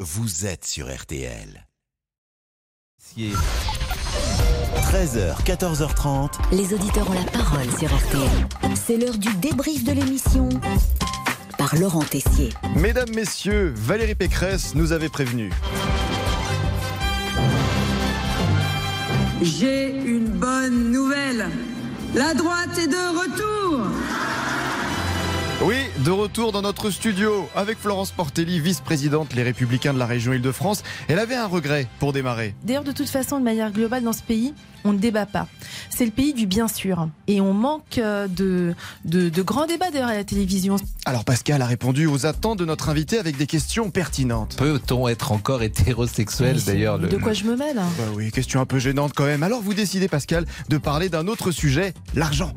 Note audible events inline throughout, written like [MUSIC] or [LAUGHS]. vous êtes sur RTL. 13h, 14h30. Les auditeurs ont la parole sur RTL. C'est l'heure du débrief de l'émission par Laurent Tessier. Mesdames, Messieurs, Valérie Pécresse nous avait prévenu. J'ai une bonne nouvelle. La droite est de retour. Oui, de retour dans notre studio avec Florence Portelli, vice-présidente Les Républicains de la région Île-de-France. Elle avait un regret pour démarrer. D'ailleurs, de toute façon, de manière globale, dans ce pays, on ne débat pas. C'est le pays du bien sûr. Et on manque euh, de, de, de grands débats d'ailleurs à la télévision. Alors Pascal a répondu aux attentes de notre invité avec des questions pertinentes. Peut-on être encore hétérosexuel Mais c'est- d'ailleurs le- De quoi je me mêle hein. Bah oui, question un peu gênante quand même. Alors vous décidez Pascal de parler d'un autre sujet, l'argent.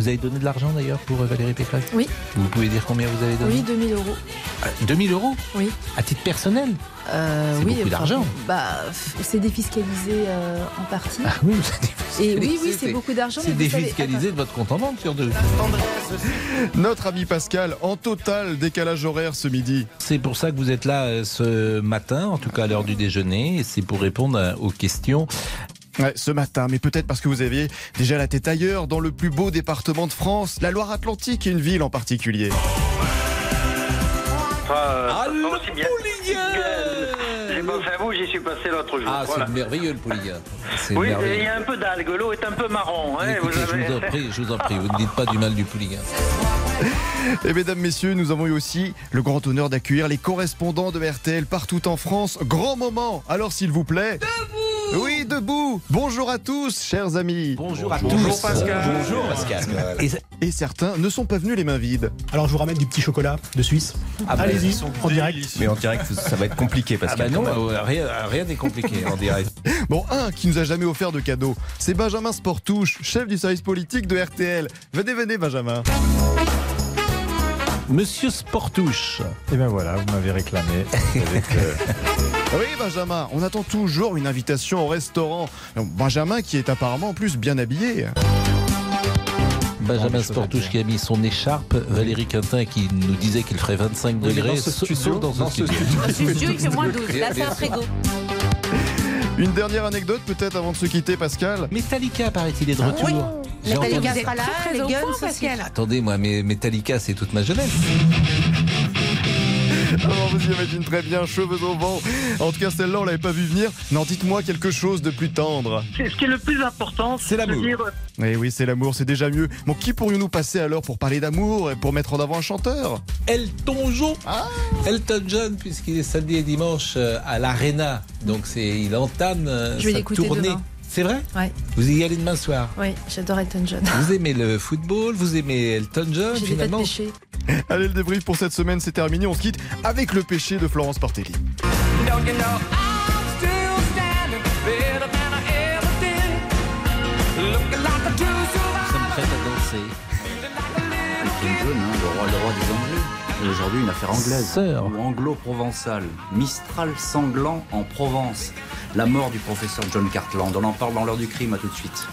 Vous avez donné de l'argent d'ailleurs pour euh, Valérie Pécresse Oui. Vous pouvez dire combien vous avez donné Oui, 2000 euros. Ah, 2000 euros Oui. À titre personnel Euh, C'est oui, beaucoup enfin, d'argent. Bah, pff, c'est défiscalisé euh, en [LAUGHS] partie. Ah oui, vous avez- Et oui, oui, c'est beaucoup d'argent. C'est mais vous savez- défiscalisé de votre compte en banque sur deux. Notre ami Pascal, en total décalage horaire ce midi. C'est pour ça que vous êtes là euh, ce matin, en tout cas à l'heure du déjeuner, et c'est pour répondre euh, aux questions. Ouais, ce matin, mais peut-être parce que vous aviez déjà la tête ailleurs, dans le plus beau département de France, la Loire-Atlantique et une ville en particulier. Pas, pas le Ah, aussi bien. J'ai Pouliguen pensé à vous, j'y suis passé l'autre jour. Ah, c'est voilà. merveilleux le Pouliguen. C'est Oui, il y merveilleux. a un peu d'algue, l'eau est un peu marron. Hein, Écoutez, vous avez... je vous en prie, je vous en prie, vous ne dites pas du mal du Pouliguen. Et mesdames, messieurs, nous avons eu aussi le grand honneur d'accueillir les correspondants de RTL partout en France. Grand moment Alors s'il vous plaît... Debout Oui, debout Bonjour à tous, chers amis Bonjour, à tous. Bonjour Pascal. Bonjour Pascal. Et Et certains ne sont pas venus les mains vides. Alors je vous ramène du petit chocolat de Suisse. Allez-y, en direct. Mais en direct, ça va être compliqué parce Ah bah non, euh, rien rien n'est compliqué en direct. Bon, un qui nous a jamais offert de cadeau, c'est Benjamin Sportouche, chef du service politique de RTL. Venez, venez, Benjamin Monsieur Sportouche, Et ben voilà, vous m'avez réclamé. Oui, Benjamin, on attend toujours une invitation au restaurant. Donc, Benjamin qui est apparemment en plus bien habillé. Benjamin Sportouche qui a mis son écharpe, Valérie Quintin qui nous disait qu'il ferait 25 degrés, sauf dans ce studio. Une dernière anecdote peut-être avant de se quitter, Pascal Metallica paraît-il est de retour. J'ai entendu ça. les guns, Pascal. Attendez, moi, mais Metallica, c'est toute ma jeunesse. Alors Oh, vous imaginez très bien, cheveux au vent. En tout cas, celle-là, on l'avait pas vu venir. Non, dites-moi quelque chose de plus tendre. C'est- Ce qui est le plus important, C'est de l'amour. dire Eh oui, c'est l'amour, c'est déjà mieux. Bon, qui pourrions-nous passer alors pour parler d'amour et pour mettre en avant un chanteur Elton John. Elton John, puisqu'il est samedi et dimanche euh, à l'Arena. Donc, c'est, il entame euh, Je vais sa l'écouter tournée. demain. C'est vrai Ouais. Vous y allez demain soir. Oui, j'adore Elton John. Vous aimez le football, vous aimez Elton [LAUGHS] John, J'ai des pas de finalement. péché. Allez, le débrief pour cette semaine, c'est terminé. On se quitte avec le péché de Florence Portelli. Don't you know I'm still standing better than I ever did? Looking like a true Nous sommes prêts survivor, à feeling like a little le, roi, le roi des Anglais. Et aujourd'hui, une affaire danser. anglaise. Sœur. Ou anglo-provençale. Mistral sanglant en Provence. La mort du professeur John Cartland. On en parle dans l'heure du crime, à tout de suite.